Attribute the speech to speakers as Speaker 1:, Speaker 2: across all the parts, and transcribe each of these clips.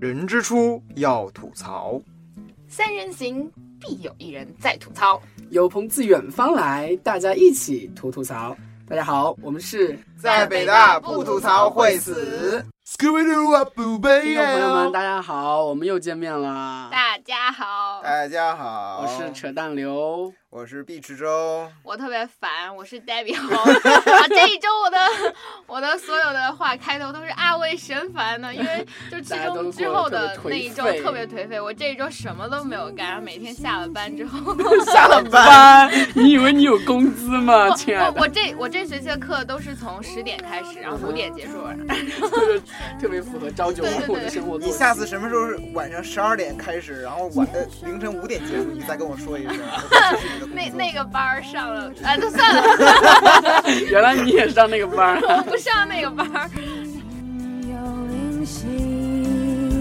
Speaker 1: 人之初要吐槽，
Speaker 2: 三人行必有一人在吐槽。
Speaker 3: 有朋自远方来，大家一起吐吐槽。大家好，我们是
Speaker 2: 在北大不吐槽会死。
Speaker 1: Scooby-Doo 啊，不
Speaker 3: 听
Speaker 1: 悲
Speaker 3: 众朋友们，大家好，我们又见面了。
Speaker 2: 大家好，
Speaker 1: 大家好，
Speaker 3: 我是扯淡刘，
Speaker 1: 我是毕池洲，
Speaker 2: 我特别烦，我是代 表啊，这一周我的我的所有的话开头都是啊，为神烦呢，因为就其
Speaker 3: 大家都
Speaker 2: 中之
Speaker 3: 过得
Speaker 2: 后的
Speaker 3: 特
Speaker 2: 那
Speaker 3: 别
Speaker 2: 一周
Speaker 3: 颓废
Speaker 2: 特别颓废，我这一周什么都没有干，然后每天下了班之后，
Speaker 1: 下了班，
Speaker 3: 班，你以为你有工资 吗，
Speaker 2: 我
Speaker 3: 亲爱
Speaker 2: 我我
Speaker 3: 的？
Speaker 2: 这我这学期的课都是从十点开始，然后五点结 束，
Speaker 3: 就是特别符合朝九晚五的生活作
Speaker 4: 你
Speaker 3: 息。
Speaker 4: 下次什么时候是晚上十二点开始，然后晚的凌晨五点结束，你再跟我说一声。我继续你的工作
Speaker 2: 那那个班儿上了，啊，就算了，
Speaker 3: 原来你也上那个班啊儿
Speaker 2: 我不上那个班儿。
Speaker 5: 有灵犀。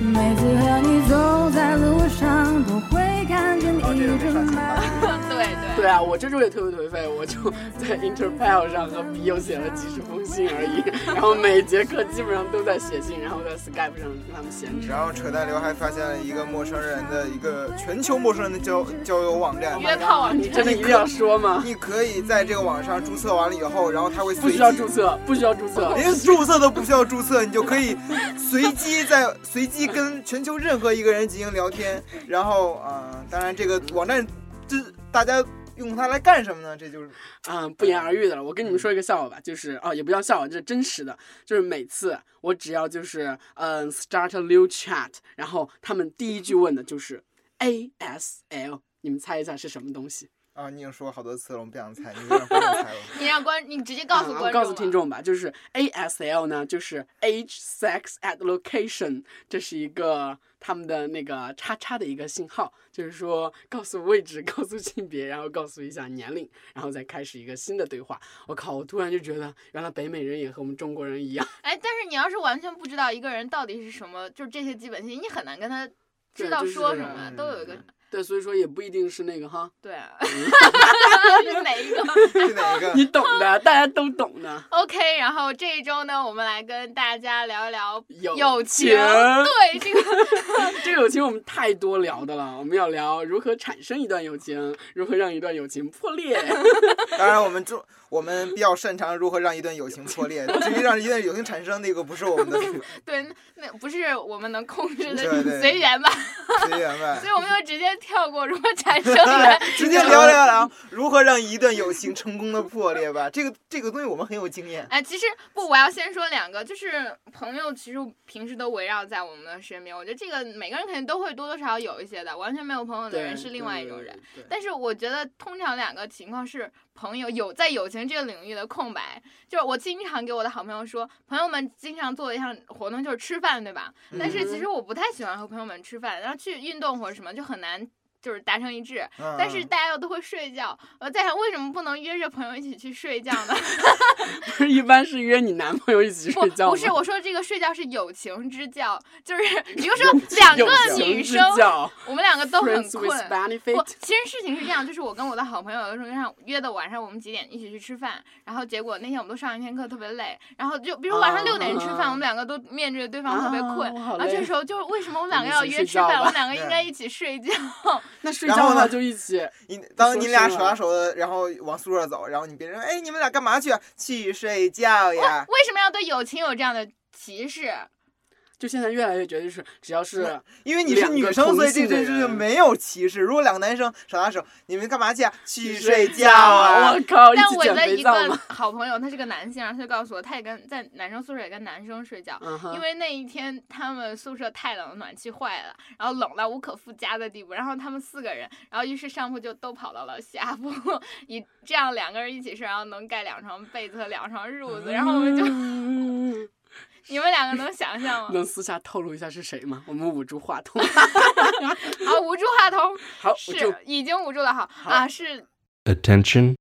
Speaker 5: 每次和你走在路上，都会看见
Speaker 4: 哦这个
Speaker 5: 一
Speaker 4: 没
Speaker 5: 只
Speaker 4: 上清
Speaker 5: 猫
Speaker 4: 单。
Speaker 2: 对，
Speaker 3: 对啊，我这周也特别颓废，我就在 Interpel 上和笔友写了几十封信而 已，然后每节课基本上都在写信，然后在 Skype 上跟他们闲扯。
Speaker 4: 然后扯淡流还发现了一个陌生人的一个全球陌生人的交交友网站
Speaker 2: 约炮网
Speaker 3: 你
Speaker 2: 站。
Speaker 3: 真的一定要说吗？
Speaker 4: 你可以在这个网上注册完了以后，然后他会
Speaker 3: 不
Speaker 4: 随
Speaker 3: 需
Speaker 4: 机
Speaker 3: 要注册，不需要注册。
Speaker 4: 连注册都不需要注册，你就可以随机在随机跟全球任何一个人进行聊天。然后，嗯、当然这个网站，这大家用它来干什么呢？这就是
Speaker 3: 嗯，不言而喻的了。我跟你们说一个笑话吧，就是哦，也不叫笑话，这是真实的。就是每次我只要就是嗯，start a new chat，然后他们第一句问的就是 ASL，你们猜一下是什么东西？
Speaker 4: 啊，你已经说好多次了，我们不想猜，你就让观众猜吧。
Speaker 2: 你让观，你直接告诉
Speaker 3: 嗯
Speaker 2: 观众吧、
Speaker 3: 我告诉听众吧，就是 ASL 呢，就是 Age Sex at Location，这是一个他们的那个叉叉的一个信号，就是说告诉位置， 告诉性别，然后告诉一下年龄，然后再开始一个新的对话。我靠，我突然就觉得，原来北美人也和我们中国人一样，
Speaker 2: 哎，但是你要是完全不知道一个人到底是什么，就是这些基本信，你很难跟他
Speaker 3: 对
Speaker 2: 知道
Speaker 3: 就是
Speaker 2: 说什么，
Speaker 4: 嗯
Speaker 2: 都有一个
Speaker 3: 对，所以说也不一定是那个哈，
Speaker 2: 对啊，是哪一个
Speaker 4: 是哪一个？
Speaker 3: 你懂的，大家都懂的。
Speaker 2: ？OK，然后这一周呢，我们来跟大家聊一聊
Speaker 3: 友
Speaker 2: 友
Speaker 3: 情
Speaker 2: 对，这个
Speaker 3: 这个友情我们太多聊的了，我们要聊如何产生一段友情，如何让一段友情破裂。
Speaker 4: 当然，我们中我们比较擅长如何让一段友情破裂。至于让一段友情产生，那个不是我们的
Speaker 2: 对，那那不是我们能控制
Speaker 4: 对对
Speaker 2: 的，随缘吧。
Speaker 4: 随缘吧
Speaker 2: 所。以我们就直接跳过如何产生的
Speaker 4: 直接聊聊聊如何让一段友情成功的破裂吧。这个这个东西我们很有经验。
Speaker 2: 哎，其实不，我要先说两个，就是朋友，其实平时都围绕在我们的身边。我觉得这个每个人肯定都会多多少少有一些的，完全没有朋友的人是另外一种人。。
Speaker 3: 对对对对
Speaker 2: 但是我觉得通常两个情况是朋友有在友情这个领域的空白，就是我经常给我的好朋友说，朋友们经常做的一项活动就是吃饭，对吧？但是其实我不太喜欢和朋友们吃饭，然后去运动或者什么就很难。就是达成一致，
Speaker 4: 嗯、
Speaker 2: 但是大家又都会睡觉。呃我在想，为什么不能约着朋友一起去睡觉呢？
Speaker 3: 不是一般是约你男朋友一起睡觉
Speaker 2: 不不是，
Speaker 3: 吗
Speaker 2: 我说这个睡觉是友情之觉，就是 比如说两个女生，我们两个都很
Speaker 3: Friends with
Speaker 2: 困。不
Speaker 3: benefit，，
Speaker 2: 其实事情是这样，就是我跟我的好朋友有的时候上约的晚上我们几点一起去吃饭，然后结果那天我们都上一天课特别累，然后就比如晚上六点吃饭，
Speaker 3: 啊
Speaker 2: 我们两个都面对对方特别困，
Speaker 3: 啊我好
Speaker 2: 然后这
Speaker 3: 累
Speaker 2: 时候就是为什么我们两个
Speaker 3: 我
Speaker 2: 要
Speaker 3: 们一起
Speaker 2: 约
Speaker 3: 睡
Speaker 2: 吃
Speaker 3: 觉
Speaker 2: 饭，我
Speaker 3: 吧嗯
Speaker 2: 们两个应
Speaker 4: 对
Speaker 2: 该一起睡觉。
Speaker 3: 那睡
Speaker 4: 然
Speaker 3: 觉
Speaker 4: 后
Speaker 3: 的话
Speaker 4: 呢
Speaker 3: 就一起。
Speaker 4: 你当
Speaker 3: 说
Speaker 4: 你俩
Speaker 3: 实
Speaker 4: 手
Speaker 3: 话
Speaker 4: 拉手的，然后往宿舍走，然后你别人说哎，你们俩干嘛去啊？去睡觉呀。
Speaker 2: 为什么要对友情有这样的歧视？
Speaker 3: 哦就现在越来越觉得就是，只要是
Speaker 4: 因为你是
Speaker 3: 两个
Speaker 4: 女生，
Speaker 3: 同
Speaker 4: 所以这
Speaker 3: 性的
Speaker 4: 这这就
Speaker 3: 人
Speaker 4: 没有歧视。如果两个男生手拉手，你们干嘛去啊？去睡觉
Speaker 3: 啊，
Speaker 4: 啊
Speaker 3: 我。靠，一
Speaker 2: 但
Speaker 3: 起
Speaker 2: 我
Speaker 3: 减
Speaker 2: 的
Speaker 3: 肥
Speaker 2: 一
Speaker 3: 皂
Speaker 2: 个
Speaker 3: 吗？
Speaker 2: 好朋友，他是个男性，然后他就告诉我，他也跟在男生宿舍也跟男生睡觉，
Speaker 3: 嗯
Speaker 2: 因
Speaker 3: 哼，
Speaker 2: 为那一天他们宿舍太冷了，暖气坏了，然后冷到无可复加的地步。然后他们四个人，然后于是上铺就都跑到了下铺， 以这样两个人一起睡，然后能盖两床被子和两床褥子。然后我们就，
Speaker 3: 就。
Speaker 2: 你们两个能想象吗？
Speaker 3: 嗯 能私下透露一下是谁吗？我们捂住话 筒，
Speaker 2: 好，捂住话筒，
Speaker 3: 好，我就是
Speaker 2: 已经捂住了，好啊，是
Speaker 6: Attention.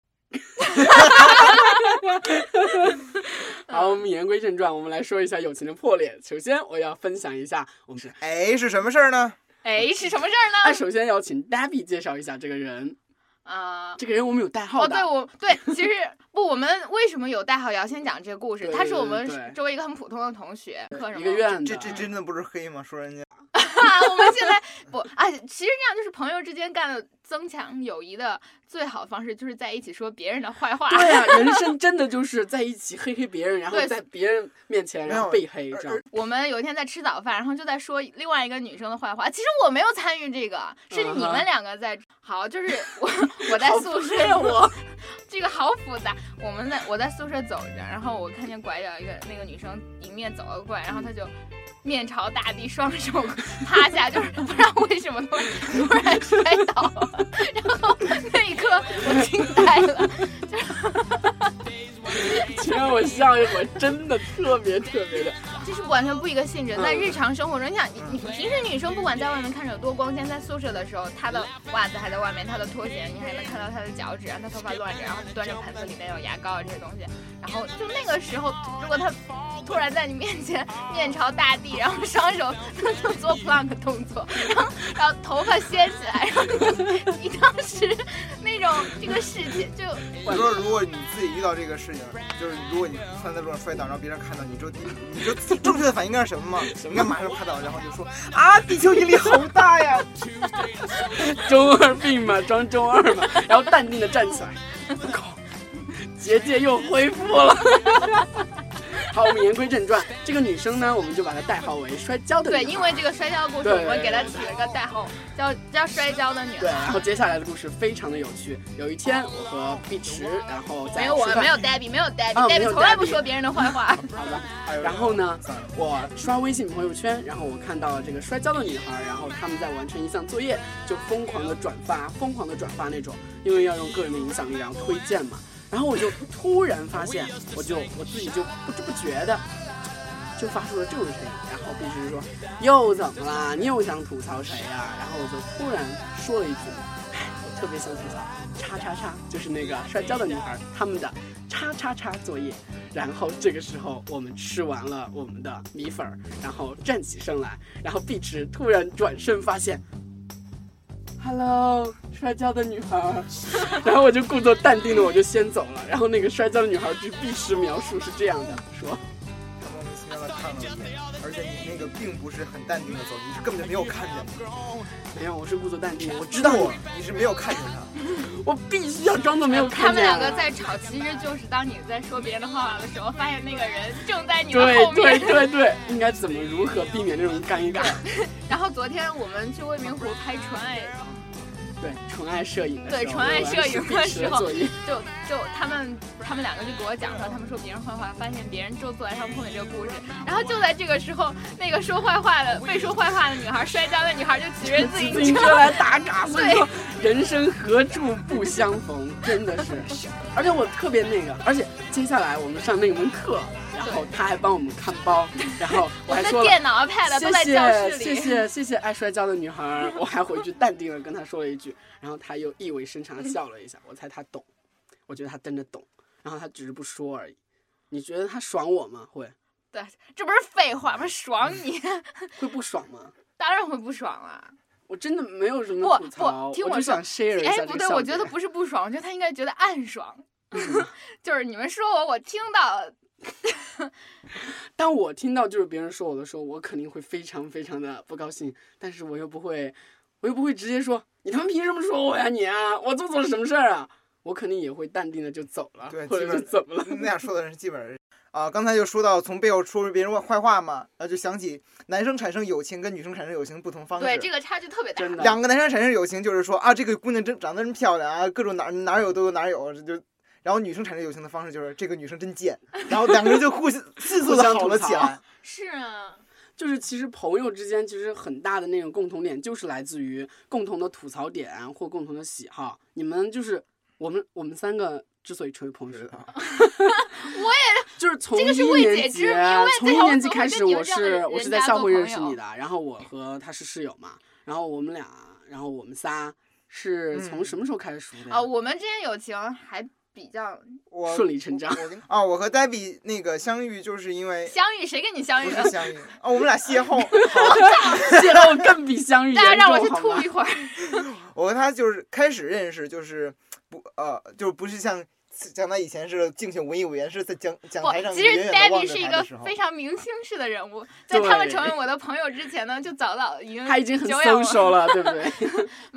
Speaker 3: 好。
Speaker 2: 嗯
Speaker 3: 我们言归正传，我们来说一下友情的破裂。首先，我要分享一下我们
Speaker 2: 嗯
Speaker 3: 是，
Speaker 4: 哎，是什么事儿呢？
Speaker 2: 哎是什么事儿
Speaker 3: 那
Speaker 2: 呢？
Speaker 3: 首先要请 Debbie 介绍一下这个人。
Speaker 2: 呃，
Speaker 3: 这个人我们有代号
Speaker 2: 哦，
Speaker 3: 的。
Speaker 2: 对，我对，其实不，我们为什么有代号姚先讲这个故事？
Speaker 3: 对
Speaker 2: 他是我们
Speaker 3: 对对
Speaker 2: 周围一个很普通的同学，课什么
Speaker 3: 一个院啊的
Speaker 4: 这这 真的不是黑吗？说人家
Speaker 2: 啊， 我们现在不啊，其实这样就是朋友之间干的增强友谊的最好方式，就是在一起说别人的坏话。
Speaker 3: 对啊，人生真的就是在一起黑黑别人，然后
Speaker 2: 对
Speaker 3: 在别人面前然后
Speaker 4: 没
Speaker 3: 被黑，这样。
Speaker 2: 我们有一天在吃早饭，然后就在说另外一个女生的坏话。其实我没有参与这个，是你
Speaker 3: 嗯
Speaker 2: 们
Speaker 3: 哼
Speaker 2: 两个在。好，就是 我我在
Speaker 3: 好
Speaker 2: 宿舍
Speaker 3: 配，我
Speaker 2: 这个好复杂。我们在我在宿舍走着，然后我看见拐角一个那个女生迎面走了过来，然后她就面朝大地，双手 趴下，就是不知道为什么突突然摔倒了。 然后那一刻我惊呆了，
Speaker 3: 请啊让我笑一会儿，真的特别特别的。
Speaker 2: 这是完全不一个性质。在
Speaker 3: 嗯
Speaker 2: 日常生活中，你想，你你平时女生不管在外面看着有多光鲜，在宿舍的时候，她的袜子还在外面，她的拖鞋你还能看到她的脚趾，然后她头发乱着，然后端着盆子里面有牙膏啊这些东西。然后就那个时候，如果她突然在你面前面朝大地，然后双手就做 plank 动作，然后然后头发掀起来，然后你你当时那种这个事情就
Speaker 4: 你说，如果你自己遇到这个事情，就是如果你突然在路上摔倒，让别人看到，你就第你就 正确的反应应该是什么吗？应该马上趴倒，然后就说啊，地球引力好大呀！
Speaker 3: 中二病嘛，装中二嘛，然后淡定的站起来，我靠，结界又恢复了。 好，我们言归正传，这个女生呢，我们就把她代号为摔跤的女
Speaker 2: 对，
Speaker 3: 孩。
Speaker 2: 因为这个摔跤故事，
Speaker 3: 对
Speaker 2: 我们给她起了个代号，叫叫摔跤的女
Speaker 3: 对，
Speaker 2: 孩。
Speaker 3: 然后接下来的故事非常的有趣。有一天，我和碧池，然后在
Speaker 2: 没有我
Speaker 3: 吃，饭
Speaker 2: 没有 Debbie，没有 Debbie，Debbie、
Speaker 3: 啊没有
Speaker 2: 从来不
Speaker 3: Debbie
Speaker 2: 说别人的坏话。
Speaker 3: 好吧。然后呢，我刷微信朋友圈，然后我看到了这个摔跤的女孩，然后她们在完成一项作业，就疯狂的转发，疯狂的转发那种，因为要用个人的影响力，然后推荐嘛。然后我就突然发现，我就我自己就不知不觉的。就发出了这种声音，然后必须说又怎么啦？你又想吐槽谁呀、然后我就突然说了一句，哎，我特别想吐槽叉叉叉，就是那个摔跤的女孩他们的叉叉叉作业。然后这个时候我们吃完了我们的米粉儿，然后站起身来，然后碧池突然转身发现。Hello，摔跤的女孩儿， 然后我就故作淡定的我就先走了，然后那个摔跤的女孩儿据碧池描述是这样的，说
Speaker 4: 莫名其妙的看了一眼，而且你那个并不是很淡定的走，你是根本就没有看见他。
Speaker 3: 没有，我是故作淡定，我知
Speaker 4: 知
Speaker 3: 道
Speaker 4: 道
Speaker 3: 我
Speaker 4: 我，你是没有看见他。
Speaker 3: 我必须要装作 没有
Speaker 2: 他
Speaker 3: 看
Speaker 2: 们
Speaker 3: 见啊。
Speaker 2: 两个在吵，其实就是当你在说别人的坏话的时候，发现那个人正在你的后
Speaker 3: 对
Speaker 2: 面。
Speaker 3: 对对对，应该怎么如何避免这种尴尬？
Speaker 2: 然后昨天我们去未名湖拍纯爱，
Speaker 3: 对，纯爱摄影的
Speaker 2: 对
Speaker 3: 时候
Speaker 2: 纯爱摄影的时候
Speaker 3: 我完成碧池的作业
Speaker 2: 就就他们他们两个就给我讲说，他们说别人坏话，发现别人就坐在上碰见这个故事。然后就在这个时候，那个说坏话的被说坏话的女孩，摔跤的女孩就骑着自
Speaker 3: 骑
Speaker 2: 行
Speaker 3: 自行
Speaker 2: 车。
Speaker 3: 车来打卡，所以
Speaker 2: 对
Speaker 3: 说人生何处不相逢，真的是。而且我特别那个，而且接下来我们上那门课，然后他还帮我们看包，然后我
Speaker 2: 我
Speaker 3: 还
Speaker 2: 们的
Speaker 3: 说了。
Speaker 2: 电脑、iPad 都在教室里。
Speaker 3: 谢谢谢谢谢谢爱摔跤的女孩儿，我还回去淡定的跟她说了一句，然后她又意味深长的笑了一下，我猜她懂，我觉得她真的懂，然后她只是不说而已。你觉得她爽我吗？会
Speaker 2: 对，这不是废话吗？爽你，
Speaker 3: 会不爽吗？
Speaker 2: 当然会不爽了。
Speaker 3: 我真的没有什么
Speaker 2: 不
Speaker 3: 吐
Speaker 2: 不
Speaker 3: 槽，
Speaker 2: 听
Speaker 3: 我
Speaker 2: 我
Speaker 3: 就
Speaker 2: 说
Speaker 3: 想 share 一下
Speaker 2: 哎，
Speaker 3: 这个
Speaker 2: 不对，
Speaker 3: 笑
Speaker 2: 我觉得
Speaker 3: 点嗯
Speaker 2: 不是不爽，我觉得他应该觉得暗 爽， 就是你们说我，我听到，
Speaker 3: 当我听到就是别人说我的时候，我肯定会非常非常的不高兴，但是我又不会，我又不会直接说你他妈凭什么说我呀你啊，我做错了什么事儿啊？我肯定也会淡定的就走了，
Speaker 4: 对
Speaker 3: 或
Speaker 4: 基
Speaker 3: 者
Speaker 4: 本
Speaker 3: 是怎么了？
Speaker 4: 那样说的人基本上是啊，刚才就说到从背后说别人坏话嘛，然后就想起男生产生友情跟女生产生友情不同方式。
Speaker 2: 对这个差距特别大。
Speaker 3: 真的
Speaker 4: 两个男生产生友情，就是说啊，这个姑娘真长得真漂亮啊，各种哪儿哪儿有都有哪儿有，这就。然后女生产生友情的方式就是这个女生真贱，然后两个人就互相迅速的好了起
Speaker 3: 互相吐
Speaker 4: 来。
Speaker 2: 是啊，
Speaker 3: 就是其实朋友之间其实很大的那种共同点，就是来自于共同的吐槽点啊或共同的喜好。你们就是我们我们三个之所以成为朋友，
Speaker 4: 知道
Speaker 2: 我
Speaker 3: 也 就是从
Speaker 2: 这
Speaker 3: 一
Speaker 2: 个是未
Speaker 3: 年
Speaker 2: 解
Speaker 3: 级
Speaker 2: 之谜我也
Speaker 3: 从
Speaker 2: 在想
Speaker 3: 一年
Speaker 2: 我
Speaker 3: 级
Speaker 2: 怎么
Speaker 3: 开
Speaker 2: 会
Speaker 3: 始
Speaker 2: 跟你
Speaker 3: 我
Speaker 2: 们这样
Speaker 3: 是
Speaker 2: 的
Speaker 3: 我
Speaker 2: 人
Speaker 3: 是在
Speaker 2: 家
Speaker 3: 校
Speaker 2: 做
Speaker 3: 会认
Speaker 2: 朋
Speaker 3: 识
Speaker 2: 友
Speaker 3: 你的，然后我和他是室友嘛，然后我们
Speaker 2: 啊
Speaker 3: 俩，然后我们�ा是从什么时候开始熟的呀？
Speaker 2: 啊，我们之间友情还比较
Speaker 4: 我
Speaker 3: 顺理成章。
Speaker 4: 我跟啊，我和黛比那个相遇就是因为
Speaker 2: 相遇，谁跟你相
Speaker 4: 不
Speaker 2: 遇
Speaker 4: 是
Speaker 2: 的？
Speaker 4: 相遇啊，我们俩邂逅。
Speaker 3: 邂逅更比相遇
Speaker 2: 大家
Speaker 3: 严
Speaker 2: 让我
Speaker 3: 重
Speaker 2: 去
Speaker 3: 好
Speaker 2: 吐
Speaker 3: 吗？
Speaker 2: 一 会儿。
Speaker 4: 我和他就是开始认识，就是不呃，就不是像像他以前是竞选文艺委员，是在讲讲
Speaker 2: 不
Speaker 4: 台，上
Speaker 2: 其
Speaker 4: 远
Speaker 2: 实
Speaker 4: 远的
Speaker 2: Debbie
Speaker 4: 望着
Speaker 2: 是一
Speaker 4: 他
Speaker 2: 个
Speaker 4: 的时候
Speaker 2: 非。常明星式的人 物，在他们
Speaker 3: 对
Speaker 2: 成为我的朋友之前呢，就早早已经
Speaker 3: 他已经很
Speaker 2: 久仰我
Speaker 3: social 了，对不对？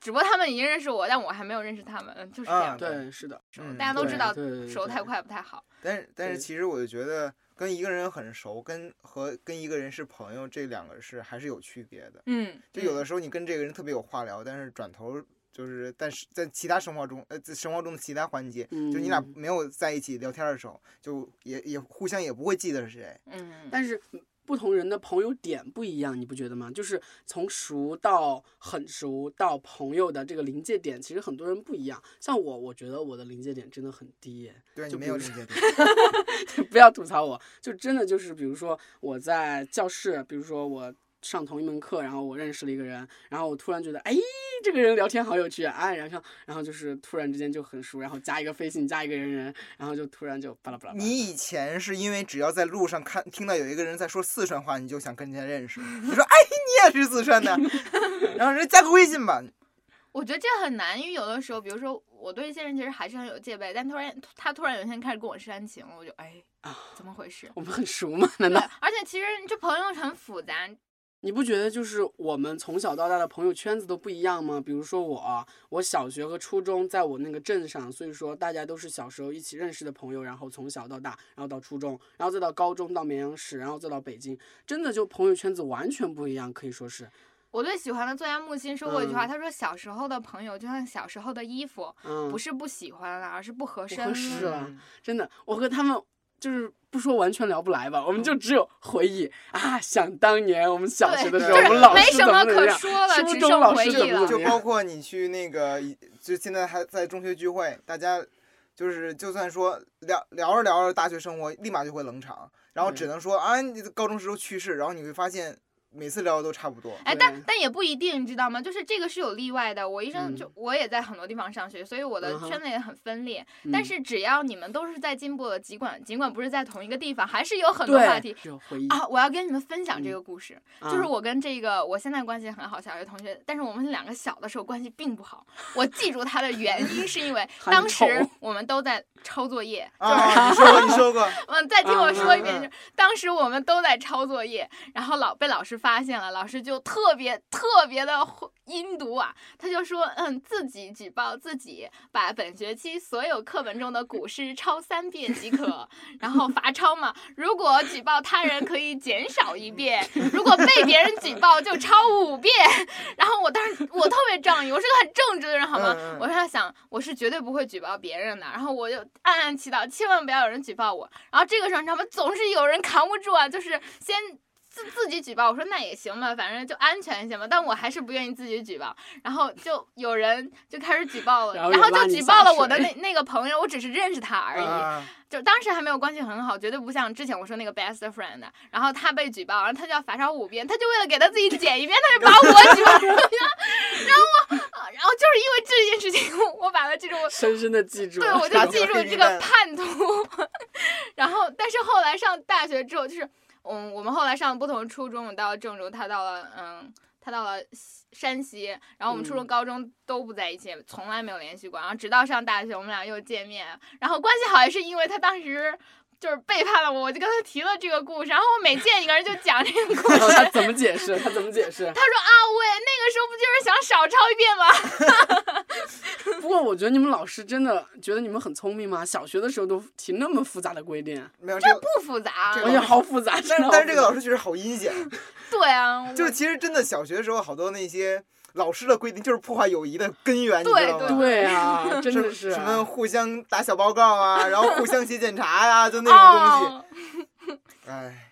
Speaker 2: 只不过他们已经认识我，但我还没有认识他们，就是这样
Speaker 4: 嗯。
Speaker 3: 对，是的，
Speaker 4: 嗯
Speaker 2: 大家都
Speaker 3: 对
Speaker 2: 知道
Speaker 3: 对对
Speaker 2: 熟
Speaker 3: 对
Speaker 2: 太快不太好。
Speaker 4: 但是但是
Speaker 3: 对
Speaker 4: 其实我就觉得跟一个人很熟，跟和跟一个人是朋友，这两个是还是有区别的。
Speaker 2: 嗯，
Speaker 4: 就有
Speaker 2: 嗯
Speaker 4: 的时候你跟这个人特别有话聊，但是转头就是，但是在其他生活中，呃，在生活中的其他环节，就你俩
Speaker 3: 嗯
Speaker 4: 没有在一起聊天的时候，就也也互相也不会记得是谁。
Speaker 2: 嗯，
Speaker 3: 但是不同人的朋友点不一样，你不觉得吗？就是从熟到很熟到朋友的这个临界点，其实很多人不一样。像我，我觉得我的临界点真的很低耶，
Speaker 4: 对你
Speaker 3: 就
Speaker 4: 没
Speaker 3: 比
Speaker 4: 有
Speaker 3: 如
Speaker 4: 理
Speaker 3: 说
Speaker 4: 解点。
Speaker 3: 不要吐槽我，就真的就是，比如说我在教室，比如说我上同一门课，然后我认识了一个人，然后我突然觉得，哎，这个人聊天好有趣啊，哎然后然后就是突然之间就很熟，然后加一个飞信，加一个人人，然后就突然就巴拉巴拉巴拉。
Speaker 4: 你以前是因为只要在路上看听到有一个人在说四川话，你就想跟人家 认识，你说哎你也是四川的，然后人家加个微信吧，
Speaker 2: 我觉得这很难，因为有的时候，比如说我对一些人其实还是很有戒备，但突然他突然有一天开始跟我煽情，我就哎
Speaker 3: 啊，
Speaker 2: 怎么回事？
Speaker 3: 我们很熟吗？难
Speaker 2: 对
Speaker 3: 道？，
Speaker 2: 而且其实这朋友很复杂，
Speaker 3: 你不觉得就是我们从小到大的朋友圈子都不一样吗？比如说我，我小学和初中在我那个镇上，所以说大家都是小时候一起认识的朋友，然后从小到大，然后到初中，然后再到高中，到绵阳市，然后再到北京，真的就朋友圈子完全不一样，可以说是，
Speaker 2: 我对喜欢的作家木心说过一句话，
Speaker 3: 嗯
Speaker 2: 他说小时候的朋友就像小时候的衣服，
Speaker 3: 嗯，
Speaker 2: 不是不喜欢了，而是不合
Speaker 3: 不
Speaker 2: 身
Speaker 3: 合
Speaker 2: 了。
Speaker 3: 适了，
Speaker 2: 嗯
Speaker 3: 真的，我和他们就是不说完全聊不来吧，我
Speaker 2: 嗯
Speaker 3: 们就只有回忆啊，想当年我们小学的时
Speaker 2: 就
Speaker 3: 候，我
Speaker 2: 是
Speaker 3: 们老
Speaker 2: 没
Speaker 3: 师
Speaker 2: 什
Speaker 3: 怎么
Speaker 2: 么
Speaker 3: 怎么
Speaker 2: 可
Speaker 3: 样，
Speaker 2: 说了，
Speaker 3: 初
Speaker 2: 只
Speaker 3: 中
Speaker 2: 剩
Speaker 3: 老
Speaker 2: 回
Speaker 3: 师怎
Speaker 2: 忆
Speaker 3: 么怎
Speaker 2: 了
Speaker 3: 么。
Speaker 4: 就
Speaker 3: 样
Speaker 4: 包括你去那个，就现在还在中学聚会，大家就是就算说聊聊着聊着大学生活，立马就会冷场，然后只
Speaker 2: 嗯
Speaker 3: 对
Speaker 4: 能说啊，你高中时候趣事，然后你会发现每次聊的都差不多。
Speaker 2: 哎，
Speaker 3: 对
Speaker 2: 但但也不一定，你知道吗？就是这个是有例外的。我一生
Speaker 3: 嗯
Speaker 2: 就、我也在很多地方上学，所以我的
Speaker 3: 嗯哼
Speaker 2: 圈子也很分裂。
Speaker 3: 嗯
Speaker 2: 但是只要你们都是在进步的，尽管尽管不是在同一个地方，还是有很多
Speaker 3: 对，
Speaker 2: 话题
Speaker 3: 只有回忆，
Speaker 2: 啊！我要跟你们分享这
Speaker 3: 嗯
Speaker 2: 个故事，就是我跟这个我现在关系很好小学同学，但是我们两个小的时候关系并不好。我记住他的原因是因为
Speaker 3: 很
Speaker 2: 当时
Speaker 3: 丑哦
Speaker 2: 我们都在抄作业，
Speaker 4: 啊，你说过，你说过，
Speaker 2: 嗯，再听我说一遍，
Speaker 4: 嗯嗯
Speaker 2: 就是当时我们都在抄作业，然后老被老师发现了，老师就特别特别的阴毒啊，他就说，嗯，自己举报自己，把本学期所有课本中的古诗抄三遍即可，然后罚抄嘛。如果举报他人可以减少一遍，如果被别人举报就抄五遍。然后我当时我特别仗义，我是个很正直的人，好吗？
Speaker 4: 嗯嗯
Speaker 2: 我在想，我是绝对不会举报别人的。然后我就暗暗祈祷，千万不要有人举报我。然后这个时候你知道吗？总是有人扛不住啊，就是先。自自己举报，我说那也行吧，反正就安全一些嘛。但我还是不愿意自己举报，然后就有人就开始举报了，
Speaker 3: 然后
Speaker 2: 然
Speaker 3: 有
Speaker 2: 后
Speaker 3: 拉
Speaker 2: 就
Speaker 3: 你
Speaker 2: 举
Speaker 3: 下
Speaker 2: 报了我的
Speaker 3: 水嗯
Speaker 2: 那那个朋友，我只是认识他 而已。
Speaker 4: 啊，
Speaker 2: 就当时还没有关系很好，绝对不像之前我说那个 best friend 的。然后他被举报，然后他就要罚抄五遍，他就为了给他自己减一遍，他就把我举报然后我， 呃然后就是因为这件事情，我把他记住，
Speaker 3: 深深的记住
Speaker 2: 对
Speaker 3: 了，
Speaker 2: 我
Speaker 4: 然
Speaker 2: 就
Speaker 4: 后
Speaker 2: 记住
Speaker 4: 黑
Speaker 2: 这
Speaker 4: 名
Speaker 2: 个
Speaker 4: 单
Speaker 2: 叛徒。 然后，但是后来上大学之后，就是嗯，我们后来上了不同的初中，我到了郑州，他到了嗯。他到了西山西，然后我
Speaker 4: 嗯
Speaker 2: 们初中、高中都不在一起，从来没有联系过。然后直到上大学，我们俩又见面，然后关系好也是因为他当时就是背叛了我，我就跟他提了这个故事。然后我每见一个人就讲这个故
Speaker 3: 然后
Speaker 2: 事，
Speaker 3: 他怎么解释？他怎么解释？
Speaker 2: 他说啊，我也那个时候不就是想少抄一遍吗？
Speaker 3: 不过我觉得你们老师真的觉得你们很聪明吗？小学的时候都提那么复杂的规定，
Speaker 4: 没有这 个，
Speaker 2: 不复杂
Speaker 4: 这，
Speaker 3: 而且好复杂。真
Speaker 4: 但
Speaker 3: 的
Speaker 4: 是
Speaker 3: 好
Speaker 4: 但是这个
Speaker 3: 复杂
Speaker 4: 老师确实好阴险，
Speaker 2: 对啊，
Speaker 4: 就
Speaker 2: 我
Speaker 4: 是其实真的小学的时候好多那些老师的规定就是破坏友谊的根源，你
Speaker 2: 对
Speaker 4: 知道吗？
Speaker 2: 对
Speaker 3: 对啊，真的是
Speaker 4: 什么互相打小报告啊，然后互相写检查呀、就那种东西。
Speaker 2: 哦，
Speaker 4: 哎，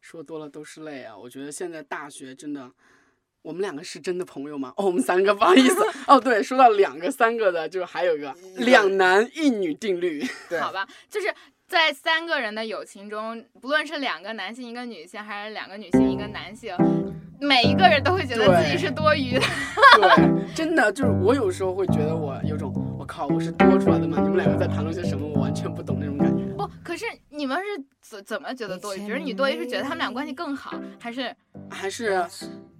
Speaker 3: 说多了都是泪啊！我觉得现在大学真的，我们两个是真的朋友吗？哦，我们三个， 不好意思。哦，对，说到两个、三个的，就是还有一个
Speaker 4: 一个
Speaker 3: 两男一女定律。
Speaker 4: 对，
Speaker 2: 好吧，就是在三个人的友情中，不论是两个男性一个女性，还是两个女性一个男性，每一个人都会觉得自己
Speaker 3: 对
Speaker 2: 是多余的。
Speaker 3: 对，真的就是我有时候会觉得我有种我靠，我是多出来的吗？你们两个在谈论些什么？我完全不懂那种感觉。
Speaker 2: 不，可是你们是怎怎么觉得多余？觉得你多余是觉得他们俩关系更好，还是
Speaker 3: 还是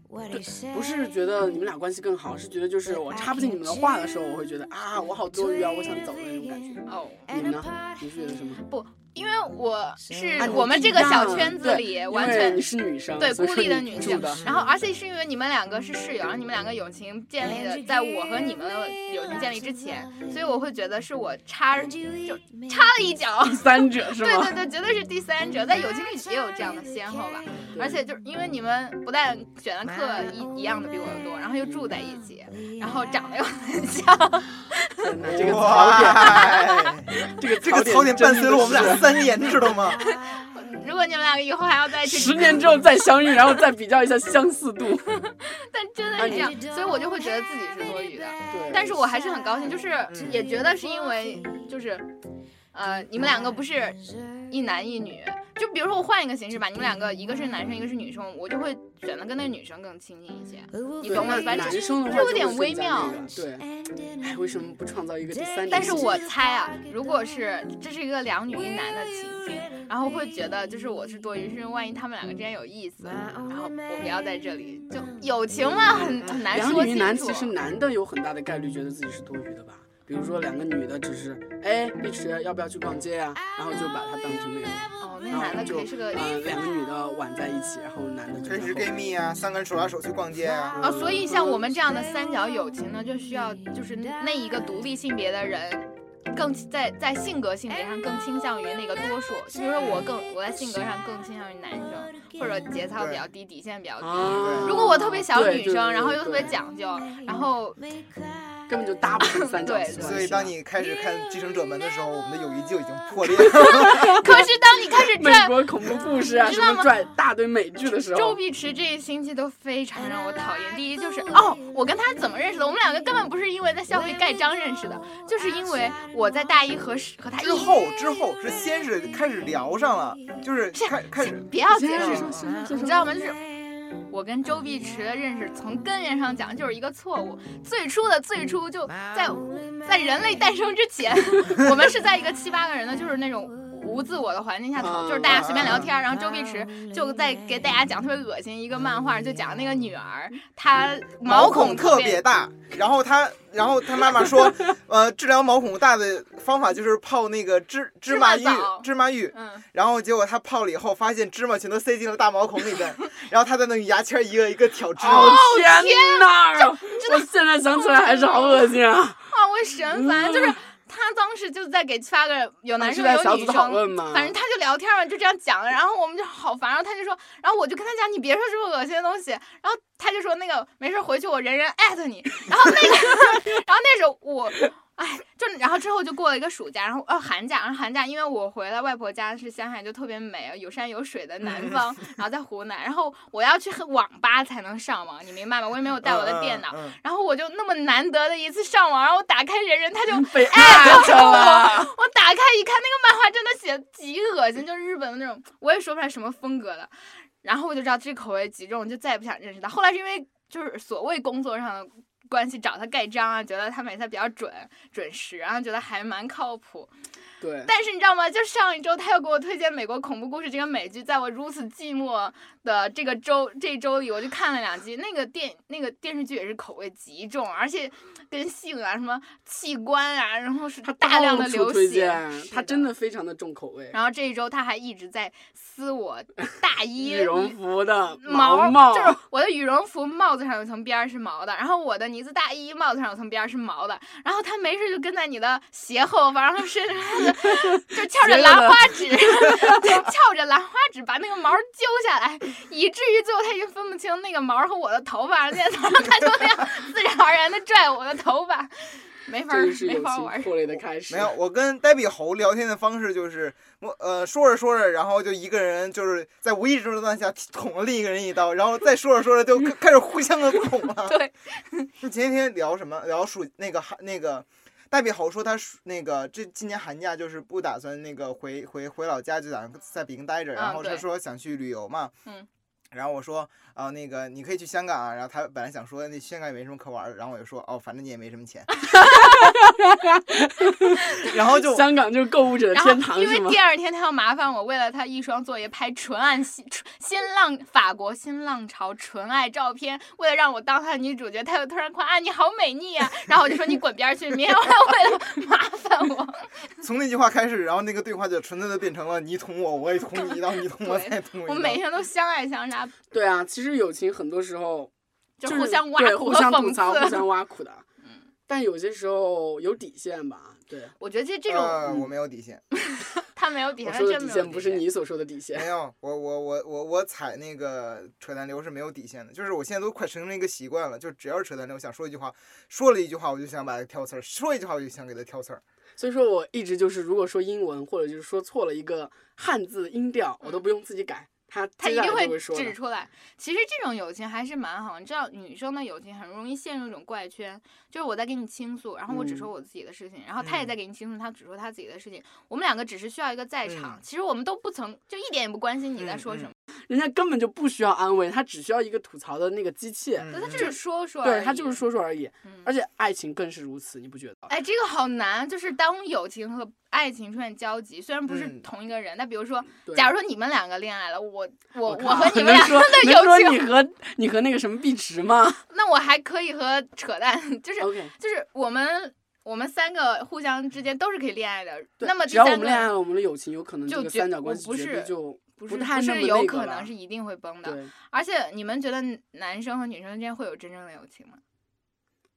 Speaker 3: 不
Speaker 5: 不
Speaker 3: 是觉得你们俩关系更好，是觉得就是我插不进你们的话的时候，我会觉得啊，我好多余啊，我想走的那种感觉。
Speaker 2: 哦？
Speaker 3: 你们呢？你是觉得什么？
Speaker 2: 因为我是
Speaker 3: 啊你
Speaker 2: 哎我们这个
Speaker 3: 不一样
Speaker 2: 小圈子
Speaker 3: 对
Speaker 2: 里
Speaker 3: 因
Speaker 2: 完
Speaker 3: 为
Speaker 2: 全
Speaker 3: 你是女生，
Speaker 2: 对
Speaker 3: 所以
Speaker 2: 孤
Speaker 3: 说
Speaker 2: 立的
Speaker 3: 你
Speaker 2: 女
Speaker 3: 住
Speaker 2: 性
Speaker 3: 的，
Speaker 2: 然后而且是因为你们两个是室友，然后你们两个友情建立的，在我和你们的友情建立之前，所以我会觉得是我插就插了一脚，
Speaker 3: 第三者是
Speaker 2: 对
Speaker 3: 吗？
Speaker 2: 对对，绝对是第三者，在友情里也有这样的先后吧。而且就是因为你们不但选的课一一样的比我多，然后又住在一起，然后长得又很像，
Speaker 3: 天哪这个槽 点，
Speaker 4: 哇，
Speaker 3: 这个
Speaker 4: 这个槽点伴随了我们
Speaker 3: 真
Speaker 4: 俩
Speaker 3: 的是。
Speaker 4: 三年，知道 吗？
Speaker 2: 如果你们两个以后还要在一起，
Speaker 3: 十年之后再相遇，然后再比较一下相似度。
Speaker 2: 但真的是这样，所以我就会觉得自己是多余的。
Speaker 3: 对，
Speaker 2: 但是我还是很高兴，就是
Speaker 4: 嗯
Speaker 2: 也觉得是因为就是，呃，你们两个不是一男一女，就比如说我换一个形式吧，你们两个一个是男生，一个是女生，我就会选择跟那个女生更亲近一些。你懂吗
Speaker 3: 对
Speaker 2: 反正
Speaker 3: 男生的话
Speaker 2: 这有
Speaker 3: 就
Speaker 2: 点
Speaker 3: 会
Speaker 2: 微
Speaker 3: 更加那
Speaker 2: 妙
Speaker 3: 个对，哎，为什么不创造一个第三者？
Speaker 2: 但是我猜啊，如果是这是一个两女一男的情境，然后会觉得就是我是多余，是因为万一他们两个之间有意思，然后我不要在这里，就友情嘛，很很难
Speaker 3: 两
Speaker 2: 说
Speaker 3: 女一
Speaker 2: 清
Speaker 3: 男，
Speaker 2: 楚
Speaker 3: 其。实男的有很大的概率觉得自己是多余的吧。比如说两个女的只是，哎，碧池要不要去逛街啊？然后就把它当成那个，
Speaker 2: 哦，那
Speaker 3: 然后
Speaker 2: 男的
Speaker 3: 就
Speaker 2: 可以是个
Speaker 3: 嗯呃两个女的挽在一起，然后男的就
Speaker 4: 可以是
Speaker 3: 然后
Speaker 4: gay 蜜啊，三个人手拉手去逛街啊。
Speaker 2: 啊，所以像我们这样的三角友情呢，就需要就是那一个独立性别的人。更在在性格性别上更倾向于那个多数，就比如说我更我在性格上更倾向于男生，或者节操比较低，底线比较低。
Speaker 3: 啊，
Speaker 2: 如果我特别小
Speaker 3: 对
Speaker 2: 女生，然后又特别，
Speaker 3: 对对
Speaker 2: 讲究，然后
Speaker 3: 对根本就搭不成三角
Speaker 2: 对
Speaker 3: 形
Speaker 2: 对
Speaker 3: 关系啊
Speaker 4: 所以当你开始看《继承者们》的时候，我们的友谊就已经破裂了。
Speaker 2: 可是当你开始
Speaker 3: 美
Speaker 2: 转
Speaker 3: 国恐怖故事啊，
Speaker 2: 知
Speaker 3: 什
Speaker 2: 道吗
Speaker 3: 么拽大堆美剧的时
Speaker 2: 周
Speaker 3: 候，
Speaker 2: 碧池这一星期都非常让我讨厌。第一就是哦，我跟他怎么认识的？我们两个根本不是因为在校会盖章认识的，就是因为我在大一和和他一
Speaker 4: 之后之后是先是开始聊上了，就是开开始
Speaker 2: 别要
Speaker 3: 行
Speaker 2: 解释
Speaker 3: 行
Speaker 2: 什么
Speaker 3: 行行
Speaker 2: 你知道吗？就是我跟周碧池的认识，从根源上讲就是一个错误。最初的最初就在在人类诞生之前，我们是在一个七八个人的，就是那种。无自我的环境下，
Speaker 3: 啊
Speaker 2: 就是大家随便聊天，然后周碧池就在给大家讲特别恶心一个漫画，就讲那个女儿她毛
Speaker 4: 毛
Speaker 2: 孔
Speaker 4: 孔特别大，然后他然后他妈妈说，呃，治疗毛孔大的方法就是泡那个芝芝麻
Speaker 2: 芝
Speaker 4: 浴
Speaker 2: 麻枣
Speaker 4: 芝麻浴，
Speaker 2: 嗯，
Speaker 4: 然后结果他泡了以后，发现芝麻全都塞进了大毛孔里边，然后他在那用牙签一个一个挑芝麻。
Speaker 3: 哦天哪！啊我现在想起来还是好恶心啊！
Speaker 2: 啊，我神烦，就是他当时就在给七八个人有男
Speaker 3: 嗯哦是
Speaker 2: 生
Speaker 3: 在
Speaker 2: 有
Speaker 3: 小
Speaker 2: 女
Speaker 3: 组讨
Speaker 2: 生，
Speaker 3: 论吗？
Speaker 2: 反正他就聊天嘛，就这样讲了，然后我们就好烦，然后他就说，然后我就跟他讲，你别说这么恶心的东西，然后他就说那个没事回去我人人艾特你，然后那个， 然后那时候我。哎，就然后之后就过了一个暑假，然后呃寒假，然后寒假因为我回来外婆家是湘海，就特别美，有山有水的
Speaker 3: 嗯
Speaker 2: 南方，然后在湖南，然后我要去网吧才能上网，你明白吗？我也没有带我的电脑，
Speaker 4: 嗯嗯嗯
Speaker 2: 然后我就那么难得的一次上网，然后我打开人人，他就
Speaker 3: 被艾特了。
Speaker 2: 我打开一看，那个漫画真的写的极恶心，就是日本的那种，我也说不出来什么风格的。然后我就知道这口味极重，就再也不想认识他。后来是因为就是所谓工作上的关系，找他盖章啊，觉得他每次比较准准时，然后觉得还蛮靠谱。
Speaker 3: 对，
Speaker 2: 但是你知道吗？就上一周他又给我推荐《美国恐怖故事》这个美剧，在我如此寂寞的这个周这周里，我就看了两集。那个电那个电视剧也是口味极重，而且跟性啊、什么器官啊，然后是
Speaker 3: 他
Speaker 2: 大量的
Speaker 3: 到处
Speaker 2: 流
Speaker 3: 推
Speaker 2: 血
Speaker 3: 荐，
Speaker 2: 是
Speaker 3: 他真的非常的重口味。
Speaker 2: 然后这一周他还一直在撕我 大衣
Speaker 3: 羽绒服的
Speaker 2: 毛，
Speaker 3: 毛，
Speaker 2: 就是我的羽绒服帽子上有层边儿是毛的，然后我的呢子大衣帽子上有层边儿是毛的，然后他没事就跟在你的鞋后方，然后伸着他的就翘着兰花指，翘着兰花指把那个毛揪下来，以至于最后他已经分不清那个毛和我的头发，然后他就那样自然而然的拽我的头发，没法儿
Speaker 3: 这 就是
Speaker 2: 没
Speaker 3: 友
Speaker 2: 法儿玩儿。
Speaker 3: 情破裂的开始。
Speaker 4: 没有，我跟呆比猴聊天的方式就是，我呃说着说着，然后就一个人就是在无意中当下捅了另一个人一刀，然后再说着说着就开开始互相的捅了。
Speaker 2: 对，
Speaker 4: 就前几天聊什么？聊暑那个寒那个。呆比猴说他暑那个这今年寒假就是不打算那个回回回老家，就打算在北京待着。然
Speaker 2: 嗯
Speaker 4: 后他
Speaker 2: 对
Speaker 4: 说想去旅游嘛，
Speaker 2: 嗯，
Speaker 4: 然后我说啊、那个你可以去香港啊。然后他本来想说那香港也没什么可玩儿的，然后我就说哦，反正你也没什么钱。 然后就
Speaker 3: 香港就是购物者的
Speaker 2: 然后
Speaker 3: 天堂
Speaker 2: 因
Speaker 3: 是
Speaker 2: 为
Speaker 3: 吗
Speaker 2: 第？二天他要麻烦我，为了他一双作业拍纯爱新纯新浪法国新浪潮纯爱照片，为了让我当他的女主角，他又突然夸啊你好美丽啊，然后我就说你滚边儿去，明天我要为了 麻烦我。
Speaker 4: 从那句话开始，然后那个对话就纯粹的变成了你捅我，我也捅你一刀，你捅我
Speaker 2: 对
Speaker 4: 再捅我一刀。
Speaker 2: 我每天都相爱相杀，
Speaker 3: 对啊，其实友情很多时候
Speaker 2: 就
Speaker 3: 就是
Speaker 2: 互相挖
Speaker 3: 对
Speaker 2: 苦
Speaker 3: 互
Speaker 2: 和
Speaker 3: 相吐
Speaker 2: 讽
Speaker 3: 槽、互
Speaker 2: 刺。嗯
Speaker 3: 相挖苦的。但有些时候有底线吧，对。
Speaker 2: 我觉得这这种
Speaker 4: 呃，我没有底线，
Speaker 2: 他没有底
Speaker 3: 嗯我
Speaker 2: 线，
Speaker 3: 说的
Speaker 2: 真
Speaker 3: 底
Speaker 2: 没有
Speaker 3: 线
Speaker 2: 底
Speaker 3: 不是
Speaker 2: 线。
Speaker 3: 你所说的底线
Speaker 4: 没，有，我我我我我踩那个扯淡流是没有底线的，就是我现在都快成了一个习惯了，就只要是扯淡流想说一句话，说了一句话我就想把它挑刺儿，说一句话我就想给它挑刺儿。
Speaker 3: 所以说我一直就是，如果说英文或者就是说错了一个汉字音调，我都不用自己改，他
Speaker 2: 嗯他
Speaker 3: 接
Speaker 2: 一
Speaker 3: 下
Speaker 2: 定
Speaker 3: 来
Speaker 2: 会
Speaker 3: 就会说的
Speaker 2: 指出来。其实这种友情还是蛮好，你知道，女生的友情很容易陷入一种怪圈，就是我在给你倾诉，然后我只说
Speaker 3: 嗯
Speaker 2: 我自己的事情，然后他也
Speaker 4: 嗯
Speaker 2: 在给你倾诉，他只说他自己的事情。我们两个只是需要一个在
Speaker 3: 嗯
Speaker 2: 场，其实我们都不曾就一点也不关心你在
Speaker 4: 嗯
Speaker 2: 说什
Speaker 4: 嗯
Speaker 2: 么，
Speaker 3: 人家根本就不需要安慰，他只需要一个吐槽的那个机器，
Speaker 4: 嗯
Speaker 2: 对他只是说说，
Speaker 3: 对他就是。说说而已。
Speaker 2: 嗯
Speaker 3: 而且爱情更是如此，你不觉得？
Speaker 2: 哎，这个好难，就是当友情和爱情出现交集，虽然不是
Speaker 4: 嗯
Speaker 2: 同一个人，那、比如说，
Speaker 3: 对
Speaker 2: 假如说你们两个恋爱了，我我
Speaker 3: 我靠
Speaker 2: 和你们
Speaker 3: 能
Speaker 2: 俩
Speaker 3: 说
Speaker 2: 的
Speaker 3: 能
Speaker 2: 友
Speaker 3: 说你
Speaker 2: 情，
Speaker 3: 和你和那个什么碧池吗
Speaker 2: 那我还可以和扯淡， 就是
Speaker 3: ？OK，
Speaker 2: 就是我们我们三个互相之间都是可以恋爱的。
Speaker 3: 对
Speaker 2: 那么
Speaker 3: 只
Speaker 2: 第
Speaker 3: 要我
Speaker 2: 三个
Speaker 3: 们恋爱了，我们的友情有可能
Speaker 2: 就
Speaker 3: 这个
Speaker 2: 绝
Speaker 3: 三角
Speaker 2: 我
Speaker 3: 关系
Speaker 2: 不
Speaker 3: 绝
Speaker 2: 是
Speaker 3: 对就
Speaker 2: 不
Speaker 3: 不
Speaker 2: 是
Speaker 3: 太
Speaker 2: 不
Speaker 3: 那
Speaker 2: 是
Speaker 3: 么
Speaker 2: 有
Speaker 3: 那
Speaker 2: 可
Speaker 3: 个
Speaker 2: 能
Speaker 3: 了
Speaker 2: 是。一定会崩的。
Speaker 3: 对，
Speaker 2: 而且你们觉得男生和女生之间会有真正的友情吗？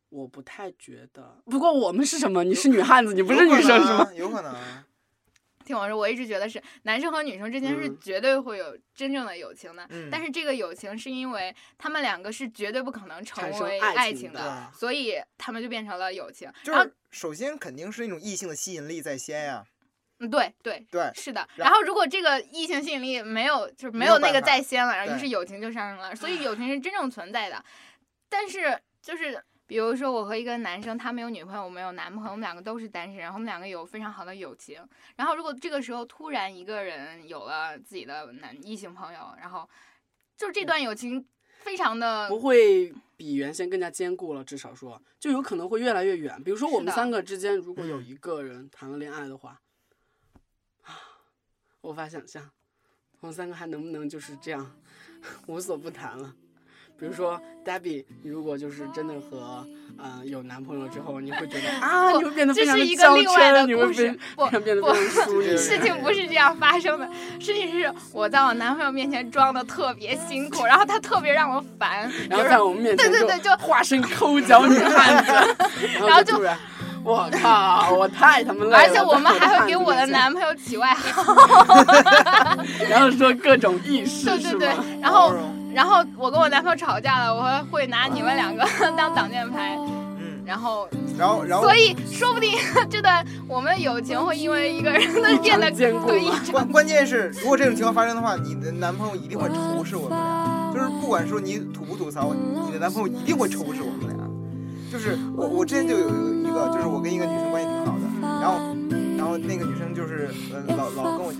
Speaker 3: 我不太觉得。不过我们是什么？你是女汉子，你不是
Speaker 4: 有可
Speaker 3: 女生是
Speaker 4: 能
Speaker 3: 吗？
Speaker 4: 啊？有可能啊。
Speaker 2: 听我说，我一直觉得是男生和女生之间是
Speaker 3: 嗯
Speaker 2: 绝对会有真正的友情的，
Speaker 4: 嗯
Speaker 2: 但是这个友情是因为他们两个是绝对不可能成
Speaker 3: 产生
Speaker 2: 为
Speaker 3: 爱
Speaker 2: 爱
Speaker 3: 情
Speaker 2: 的，
Speaker 3: 的
Speaker 2: 所以他们就变成了友情。
Speaker 4: 就
Speaker 2: 然后
Speaker 4: 是首先肯定是那种异性的吸引力在先呀、
Speaker 2: 嗯，对对
Speaker 4: 对，
Speaker 2: 是的，
Speaker 4: 然
Speaker 2: 然后如果这个异性吸引力没有，就是没
Speaker 4: 没
Speaker 2: 有
Speaker 4: 有
Speaker 2: 那个
Speaker 4: 办法
Speaker 2: 在先了，然后于
Speaker 4: 对
Speaker 2: 是友情就上升了，所以友情是真正存在的。但是就是比如说我和一个男生，他没有女朋友，我没有男朋友，我们两个都是单身，然后我们两个有非常好的友情。然后如果这个时候突然一个人有了自己的男异性朋友，然后就这段友情非常的
Speaker 3: 不会比原先更加坚固了，至少说就有可能会越来越远。比如说我
Speaker 2: 是
Speaker 3: 们
Speaker 2: 的
Speaker 3: 三个之间，如果有
Speaker 4: 嗯
Speaker 3: 一个人谈了恋爱的话，啊，无法想象，我们三个还能不能就是这样 无所不谈了。比如说，Debbie，你如果就是真的和嗯、呃有男朋友之后，你会觉得啊，
Speaker 2: 不
Speaker 3: 你会变得非
Speaker 2: 这
Speaker 3: 常
Speaker 2: 是
Speaker 3: 的
Speaker 2: 一个
Speaker 3: 娇
Speaker 2: 另外的
Speaker 3: 嗔，你
Speaker 2: 故事
Speaker 3: 会变，
Speaker 2: 不
Speaker 3: 变得
Speaker 2: 不
Speaker 3: 非常淑女。
Speaker 2: 事情不是这样发生的，事情是我在我男朋友面前装的特别辛苦，然后他特别让我烦，
Speaker 3: 然
Speaker 2: 就
Speaker 3: 后
Speaker 2: 是
Speaker 3: 在我们面前
Speaker 2: 对对对就
Speaker 3: 化身抠脚女 汉子，然
Speaker 2: 后
Speaker 3: 后
Speaker 2: 就
Speaker 3: 突然，我靠，我太他妈累了。
Speaker 2: 而且我们还会给我的
Speaker 3: 在汉
Speaker 2: 男朋友起外号，
Speaker 3: 子面前，然后说各种意识，
Speaker 2: 对对
Speaker 3: 是
Speaker 2: 对
Speaker 3: 吗，哦
Speaker 2: 然后然后我跟我男朋友吵架了，我会拿你们两个
Speaker 3: 哦
Speaker 2: 当挡箭牌，
Speaker 4: 嗯，
Speaker 2: 然后
Speaker 4: 然后然后
Speaker 2: 所以说不定 这段我们友情会因为一个人的变得
Speaker 3: 坚固
Speaker 2: 对
Speaker 3: 吗
Speaker 4: 关关键是，如果这种情况发生的话，你的男朋友一定会仇视我们俩，就是不管说你吐不吐槽，你的男朋友一定会仇视我们俩。就是我我之前就有一个，就是我跟一个女生关系挺好的，然后然后那个女生就是呃老老跟我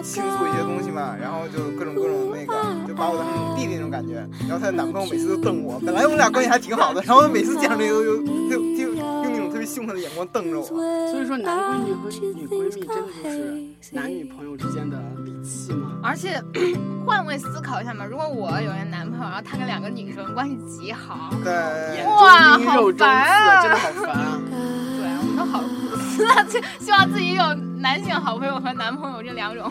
Speaker 4: 倾诉一些东西嘛，然后就各种各种那个，就把我当成那种弟弟那种感觉。然后她的男朋友每次都瞪我，本来我们俩关系还挺好的，然后每次见着就就就就用那种特别凶狠的眼光瞪着我。
Speaker 3: 所以说男闺蜜和女闺蜜真的就是男女朋友之间的利器吗？
Speaker 2: 而且 换位思考一下嘛，如果我有一个男朋友，然后他跟两个女生关系极好，
Speaker 4: 对
Speaker 3: 眼，
Speaker 2: 哇
Speaker 3: 中钉肉中
Speaker 2: 好烦啊
Speaker 3: 刺，真的好烦 啊！
Speaker 2: 对我们都好 苦涩，就希望自己有男性好朋友和男朋友这两种。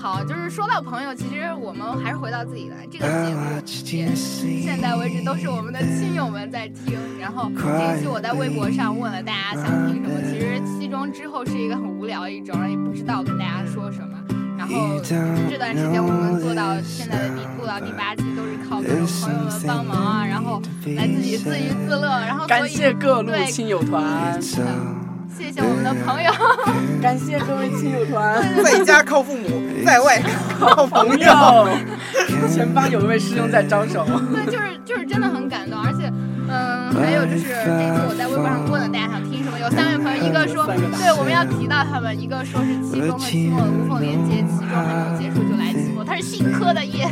Speaker 2: 好，就是说到朋友，其实我们还是回到自己来。这个节目也现在为止都是我们的亲友们在听。然后这一期我在微博上问了大家想听什么，其实其中之后是一个很无聊的一周，然后也不知道跟大家说什么。然后这段时间我们做到现在的第录到第八期都是靠各种朋友们帮忙啊，然后来自己自娱自乐，然后所
Speaker 3: 感
Speaker 2: 以
Speaker 3: 谢各路
Speaker 2: 对
Speaker 3: 亲友团，
Speaker 2: 谢谢我们的朋友。
Speaker 3: 感谢各位亲友团。
Speaker 4: 在家靠父母，在外靠朋
Speaker 3: 朋
Speaker 4: 友。
Speaker 3: 友，前方有一位师兄在招手。
Speaker 2: 对，就是就是真的很感动，而且。嗯，还有就是这次我在微博上问了大家想听什么，有三位朋友，一个说对我们要提到他们，一个说是七 中和期末的无缝连接，其中还没有结束就来期末，他是信科的耶，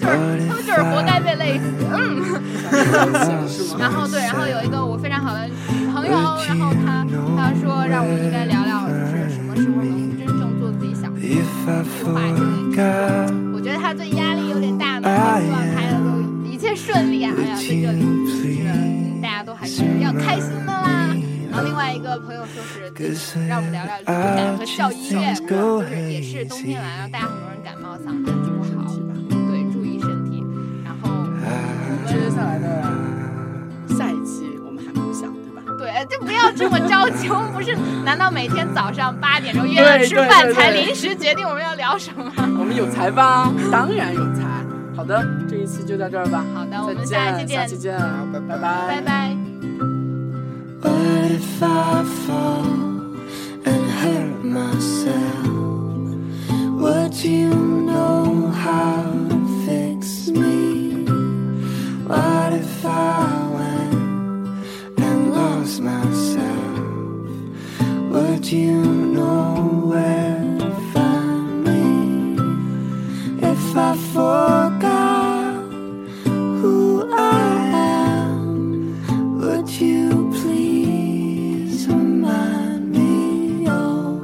Speaker 2: 他们就是活该被累死。嗯，
Speaker 3: 是吗？
Speaker 2: 然后对，然后有一个我非常好的朋友，然后他他说让我们应该聊聊，就是什么时候能真正做自己想做的计划这个事情。我觉得他对压力有点大呢，然后希望他都一切顺利啊！哎呀，在这里就是嗯大家都还是要开心的啦。然后另外一个朋友说是就是让我们聊聊流感和校医院，就是也是冬天来了，大家很多人感冒，嗓子不好，对，注意身体。然后
Speaker 3: 接下来的下一期我们还梦想，对吧？
Speaker 2: 对，就不要呃哎这么着急。我们不是？难道每天早上八点钟约了吃饭，
Speaker 3: 对对对对
Speaker 2: 才临时决定我们要聊什么？
Speaker 3: 我们有才吧？当然有才。好的，这一期就到这儿吧。
Speaker 2: 好的，我
Speaker 3: 再
Speaker 2: 们
Speaker 3: 见，
Speaker 2: 下期
Speaker 3: 下
Speaker 2: 见
Speaker 3: 期，见，啊
Speaker 4: 拜拜
Speaker 2: 拜
Speaker 3: 拜
Speaker 2: 拜。
Speaker 6: What if I fall and hurt myself? Would you know how to fix me? What if I went and lost myself? Would you know where to find me? If I forgot who I am? Would you please remind me? Oh,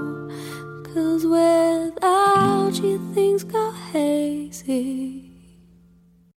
Speaker 6: 'cause without you, things go hazy.